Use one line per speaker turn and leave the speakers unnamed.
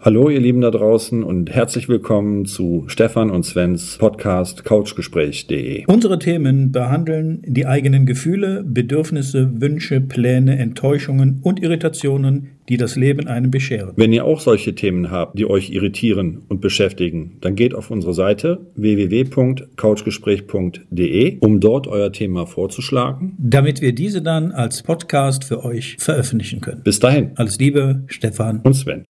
Hallo, ihr Lieben da draußen und herzlich willkommen zu Stefan und Svens Podcast Couchgespräch.de.
Unsere Themen behandeln die eigenen Gefühle, Bedürfnisse, Wünsche, Pläne, Enttäuschungen und Irritationen, die das Leben einem bescheren.
Wenn ihr auch solche Themen habt, die euch irritieren und beschäftigen, dann geht auf unsere Seite www.couchgespräch.de, um dort euer Thema vorzuschlagen.
Damit wir diese dann als Podcast für euch veröffentlichen können.
Bis dahin
Alles Liebe, Stefan.
und Sven.